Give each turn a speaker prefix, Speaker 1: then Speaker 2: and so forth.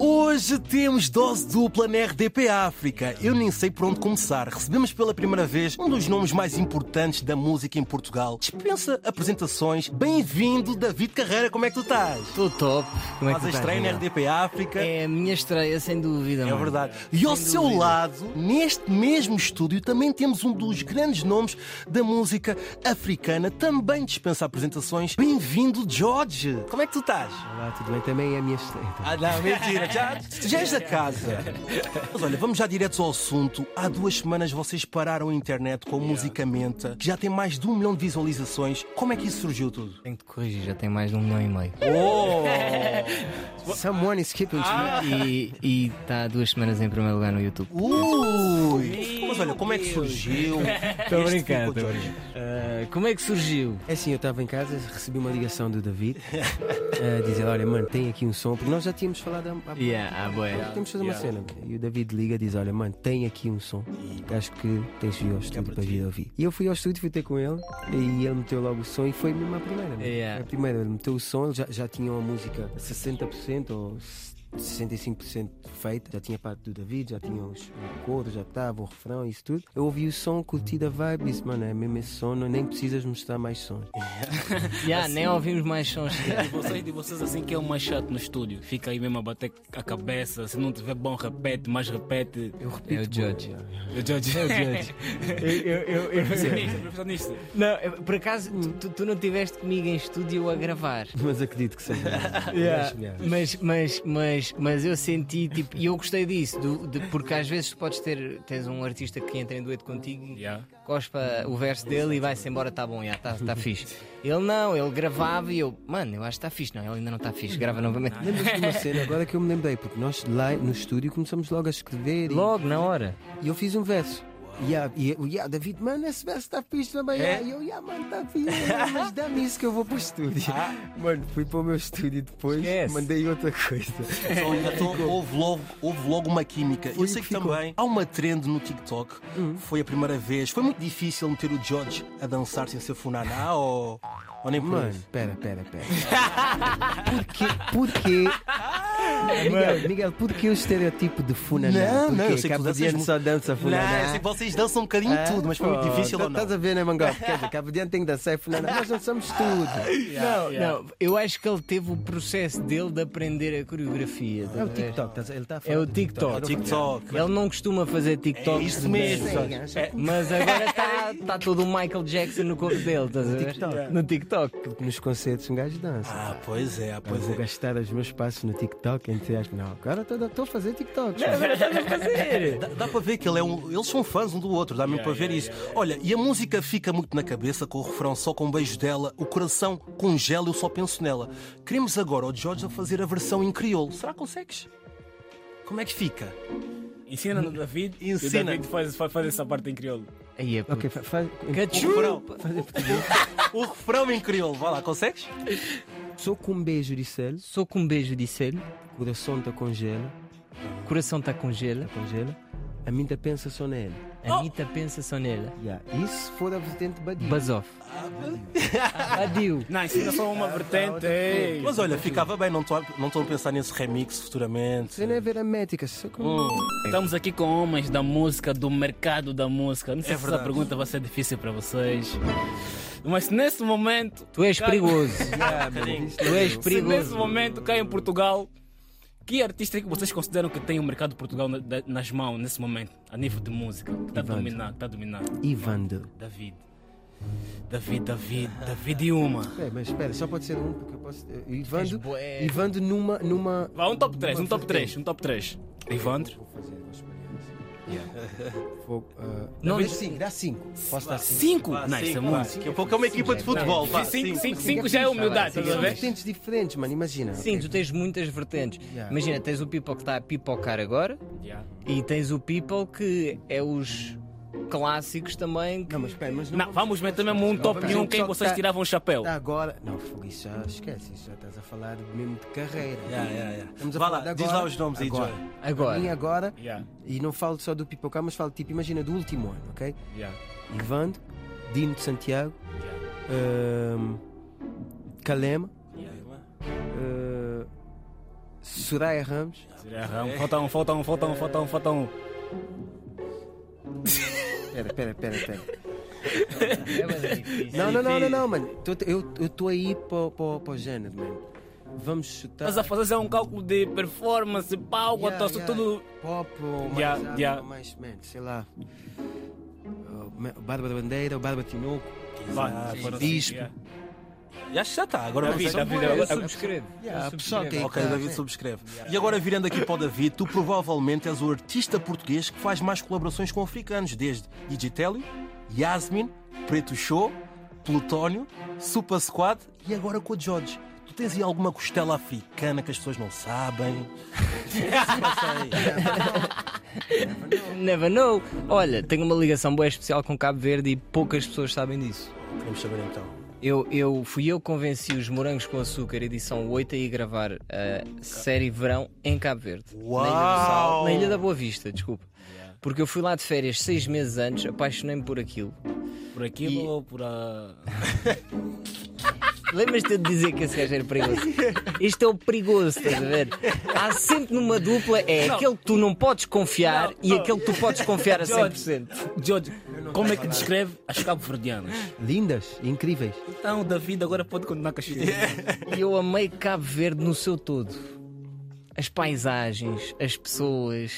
Speaker 1: Hoje temos dose dupla na RDP África. Eu nem sei por onde começar. Recebemos pela primeira vez um dos nomes mais importantes da música em Portugal. Dispensa apresentações. Bem-vindo, David Carreira. Como é que tu estás?
Speaker 2: Estou top. Como é que
Speaker 1: Faz
Speaker 2: tu
Speaker 1: a
Speaker 2: estás,
Speaker 1: estreia na
Speaker 2: Miguel?
Speaker 1: RDP África.
Speaker 2: É a minha estreia, sem dúvida.
Speaker 1: É
Speaker 2: mano.
Speaker 1: verdade. E ao seu lado, neste mesmo estúdio, também temos um dos grandes nomes da música africana. Também dispensa apresentações. Bem-vindo, George. Como é que tu estás?
Speaker 3: Olá, tudo bem? Também é a minha estreia.
Speaker 1: Ah, não, mentira. Já, já és da casa. Mas olha, vamos já diretos ao assunto. Há duas semanas vocês pararam a internet com Musicamenta, que já tem mais de um milhão de visualizações. Como é que isso surgiu tudo?
Speaker 2: Tenho que te corrigir, já tem mais de um milhão e meio. Oh!
Speaker 3: Someone is keeping ah.
Speaker 2: E e está há duas semanas em primeiro lugar no YouTube.
Speaker 1: Ui! Mas olha, como é que surgiu?
Speaker 2: Estou
Speaker 1: Este
Speaker 2: brincando.
Speaker 1: ficou, George.
Speaker 3: Uh,
Speaker 2: como é que surgiu?
Speaker 3: É assim, eu estava em casa, recebi uma ligação do David a dizer: Olha, mano, tem aqui um som, porque nós já tínhamos falado há- há
Speaker 2: Yeah, ah, boy.
Speaker 3: Temos de fazer uma cena. E o David liga e diz: Olha, mano, tem aqui um som. Acho que tens de ir
Speaker 2: é
Speaker 3: ao estúdio para vir ouvir. E eu fui ao estúdio, fui ter com ele. E ele meteu logo o som e foi mesmo a primeira. né?
Speaker 2: Yeah.
Speaker 3: A primeira, ele meteu o som, ele já, já tinha uma música 60% ou 65% feita. Já tinha a parte do David, já tinha os o coro, já estava o refrão, isso tudo. Eu ouvi o som, curti da vibe e disse: Mano, é mesmo esse som, não- nem precisas mostrar mais sons.
Speaker 2: Yeah,
Speaker 3: Assim,
Speaker 2: nem ouvimos mais sons.
Speaker 4: E vocês, de vocês assim que é o mais chato no estúdio. Fica aí mesmo a bater a cabeça. Se não tiver bom, repete, mas repete.
Speaker 3: Eu repito:
Speaker 2: É o George.
Speaker 3: pô,
Speaker 4: Eu já disse.
Speaker 2: Eu, eu, eu,
Speaker 4: Pensa nisto, pensa nisto.
Speaker 2: Não, eu- por acaso, tu,
Speaker 3: Hum.
Speaker 2: tu- tu não estiveste comigo em estúdio a gravar.
Speaker 3: Mas acredito que seja. Yeah.
Speaker 2: Mas, mas, mas, mas eu senti, tipo, e eu gostei disso, do- de- porque às vezes tu podes ter tens um artista que entra em dueto contigo e
Speaker 4: Yeah.
Speaker 2: cospa o verso dele e vai-se embora, tá bom, já, tá, tá fixe. Ele não, ele gravava e eu, mano, eu acho que tá fixe, não, ele ainda não tá fixe, grava novamente.
Speaker 3: Lembras de uma cena agora que eu me lembrei, porque nós lá no estúdio começamos logo a escrever e-
Speaker 2: Logo, na hora.
Speaker 3: e eu fiz um verso. E a- e o yeah, David, mano, esse verso está fixe também.
Speaker 1: É?
Speaker 3: E eu, yeah, mano, está fixe, mas dá-me isso que eu vou para o estúdio.
Speaker 1: Ah.
Speaker 3: Mano, fui para o meu estúdio depois,
Speaker 2: Esquece.
Speaker 3: mandei outra coisa.
Speaker 1: Então, então, houve, logo, houve logo uma química. Eu sei que também há uma trend no TikTok. Foi a primeira vez. Foi muito difícil meter o George a dançar sem ser funaná ou, ou nem por
Speaker 3: Mano,
Speaker 1: isso?
Speaker 3: pera, pera, pera. Porquê? Porquê? Miguel, Miguel, porquê o estereotipo de funaná?
Speaker 1: Não, é? não, eu
Speaker 3: Porquê?
Speaker 1: sei que tu danças
Speaker 3: Cabo-verdiano
Speaker 1: mu-
Speaker 3: só dança funaná.
Speaker 1: Não, eu sei que vocês dançam um bocadinho
Speaker 3: Ah,
Speaker 1: tudo, mas foi muito
Speaker 3: pô,
Speaker 1: difícil
Speaker 3: tá-
Speaker 1: ou não?
Speaker 3: Estás a ver, né, Mangal? Quer dizer, Cabo Diano tem que dançar e funaná. Nós dançamos tudo.
Speaker 2: não, não, eu acho que ele teve o processo dele de aprender a coreografia. estás
Speaker 3: É
Speaker 2: a
Speaker 3: o
Speaker 2: ver?
Speaker 3: TikTok,
Speaker 1: tá,
Speaker 3: estás- ele está a
Speaker 2: É
Speaker 3: falar
Speaker 2: o
Speaker 3: do
Speaker 2: TikTok.
Speaker 1: TikTok.
Speaker 2: Ele não costuma fazer
Speaker 1: É
Speaker 2: TikTok.
Speaker 1: isso mesmo. George. É,
Speaker 2: Mas agora está tá todo o Michael Jackson no corpo dele, estás a ver?
Speaker 3: TikTok.
Speaker 2: No TikTok.
Speaker 3: Porque nos concertos um gajo dança.
Speaker 1: Ah, pois é,
Speaker 3: Eu
Speaker 1: pois
Speaker 3: vou
Speaker 1: é.
Speaker 3: gastar os meus passos no TikTok, entre aspas. Não, agora estou a fazer TikTok.
Speaker 1: Dá, dá para ver que ele é um- eles são fãs um do outro, dá mesmo para ver isso. Olha, e a música fica muito na cabeça com o refrão só com um beijo dela, o coração congela, eu só penso nela. Queremos agora o George a fazer a versão em crioulo. Será que consegues? Como é que fica?
Speaker 4: Ensina no David. e
Speaker 1: Ensina.
Speaker 4: O David faz, faz, faz essa parte em crioulo.
Speaker 2: Aí é puto.
Speaker 3: Ok, fa- faz.
Speaker 1: O
Speaker 2: Cachu!
Speaker 1: refrão, o refrão em crioulo, vá lá, consegues?
Speaker 3: Sou com um beijo de selo,
Speaker 2: Sou com um beijo de selo,
Speaker 3: coração te tá congela,
Speaker 2: coração tá com
Speaker 3: te
Speaker 2: gelo,
Speaker 3: congela. A minha pensa só nele.
Speaker 2: Anitta pensa só nela.
Speaker 3: Yeah. Isso for a vertente badia.
Speaker 2: Buzz off. Adiu.
Speaker 4: Não, ensina só
Speaker 1: É,
Speaker 4: uma
Speaker 1: tá,
Speaker 4: vertente. ei.
Speaker 1: Mas olha, ficava bem, não estou a- não estou a pensar nesse remix futuramente.
Speaker 3: Você não é ver a métrica, só com.
Speaker 2: Oh,
Speaker 1: tá.
Speaker 4: Estamos aqui com homens da música, do mercado da música. Não sei
Speaker 1: É
Speaker 4: se
Speaker 1: verdade.
Speaker 4: essa pergunta vai ser difícil para vocês. Mas nesse momento.
Speaker 2: Tu és perigoso.
Speaker 3: Ah, meu Deus,
Speaker 2: Tu és
Speaker 4: Se nesse
Speaker 2: perigoso.
Speaker 4: momento cá em Portugal, que artista é que vocês consideram que tem o mercado de Portugal na- da- nas mãos nesse momento, a nível de música? Que está
Speaker 3: Ivandro.
Speaker 4: dominado, está dominado.
Speaker 3: Ivandro.
Speaker 4: David. David, David, David e uma.
Speaker 3: Espera, mas espera, só pode ser um, porque eu posso. eh, Ivando,
Speaker 2: És bué.
Speaker 3: Ivando numa. numa...
Speaker 4: Vá, um top 3, um top 3, um top 3. Ivandro.
Speaker 3: Vou fazer, vou espalhar. Vou, ah,
Speaker 2: Não,
Speaker 3: dá
Speaker 2: mas-
Speaker 3: cinco, dá cinco. Posso dar cinco.
Speaker 4: 5?
Speaker 1: Vá,
Speaker 4: Não, isso é
Speaker 1: cinco, vá,
Speaker 4: muito.
Speaker 1: cinco. Daqui a pouco é uma equipa de futebol, vá.
Speaker 4: 5,
Speaker 1: cinco.
Speaker 4: 5, 5 já é humildade, estás a
Speaker 3: São
Speaker 4: ver?
Speaker 3: vertentes diferentes, mano, imagina.
Speaker 2: Sim, tu tens muitas vertentes.
Speaker 3: Yeah.
Speaker 2: Imagina, tens o people que está a pipocar agora
Speaker 4: Yeah.
Speaker 2: e tens o people que é os clássicos também. Que...
Speaker 3: Não, mas espera, mas não.
Speaker 4: Não, vamos meter mesmo um top
Speaker 3: Vamos.
Speaker 4: 1 quem
Speaker 3: Só que
Speaker 4: vocês
Speaker 3: tá-
Speaker 4: tiravam o chapéu.
Speaker 3: Tá agora. Não, fogo, isso já esquece, isso já estás a falar mesmo de carreira.
Speaker 1: Yeah, yeah, yeah.
Speaker 3: Estamos a
Speaker 1: É. Vá
Speaker 3: falar
Speaker 1: lá,
Speaker 3: de
Speaker 1: diz
Speaker 3: agora.
Speaker 1: lá os nomes aí,
Speaker 3: Agora.
Speaker 1: Joy.
Speaker 3: Para mim
Speaker 2: Agora.
Speaker 3: agora,
Speaker 4: Yeah,
Speaker 3: e não falo só do pipocar, mas falo tipo, imagina do último ano, ok?
Speaker 4: yeah,
Speaker 3: Ivando, Dino de Santiago,
Speaker 4: yeah,
Speaker 3: ahm, Calema,
Speaker 4: yeah.
Speaker 3: ah, Soraya Ramos.
Speaker 4: Soraya Ramos. Falta um, falta um, falta um, falta um, falta um.
Speaker 3: Pera, pera, pera, pera.
Speaker 2: É bué da difícil.
Speaker 3: Não, não, não, não, não, mano. Tô- eu estou aí para o género, mano. Vamos chutar.
Speaker 4: Estás a fazer já um cálculo de performance, palco,
Speaker 3: Yeah,
Speaker 4: atuação,
Speaker 3: yeah.
Speaker 4: tudo.
Speaker 3: Pop ou mais,
Speaker 4: Yeah,
Speaker 3: algo,
Speaker 4: yeah.
Speaker 3: ou mais man, sei lá. Uh, ma- Bárbara Bandeira, Bárbara Tinoco.
Speaker 4: Vá, foram assim,
Speaker 3: Bispo.
Speaker 4: yeah.
Speaker 1: E acho que já está. Agora
Speaker 4: David,
Speaker 1: não sei.
Speaker 4: David,
Speaker 2: Eu
Speaker 4: agora-
Speaker 2: subscrevo.
Speaker 3: Yeah,
Speaker 2: Eu
Speaker 3: pessoal,
Speaker 2: subscrevo.
Speaker 3: quem-
Speaker 1: Ok,
Speaker 3: Ah,
Speaker 1: o David
Speaker 3: sim.
Speaker 1: subscreve. E agora, virando aqui para o David, tu provavelmente és o artista português que faz mais colaborações com africanos, desde Digitelio, Yasmin, Preto Show, Plutónio, Super Squad e agora com o George. Tu tens aí alguma costela africana que as pessoas não sabem?
Speaker 2: Never know. Olha, tenho uma ligação boa especial com Cabo Verde e poucas pessoas sabem disso.
Speaker 1: Queremos saber então.
Speaker 2: Eu, eu fui eu que convenci os Morangos com Açúcar, edição 8, a ir gravar a série Verão em Cabo Verde. Na Ilha do Sal.
Speaker 1: Uau!
Speaker 2: Na Ilha da Boa Vista, desculpa. Porque eu fui lá de férias seis meses antes, apaixonei-me por aquilo.
Speaker 4: Por aquilo
Speaker 2: E-
Speaker 4: ou por a.
Speaker 2: Lembras-te de dizer que esse gajo era perigoso? Este é o perigoso, estás a ver? Há sempre numa dupla, é aquele que tu não podes confiar e aquele que tu podes confiar a 100%.
Speaker 4: George, como é que descreve as cabo-verdianas?
Speaker 3: Lindas, incríveis.
Speaker 4: Então, o David agora pode continuar com as filhas.
Speaker 2: E eu amei Cabo Verde no seu todo. As paisagens, as pessoas.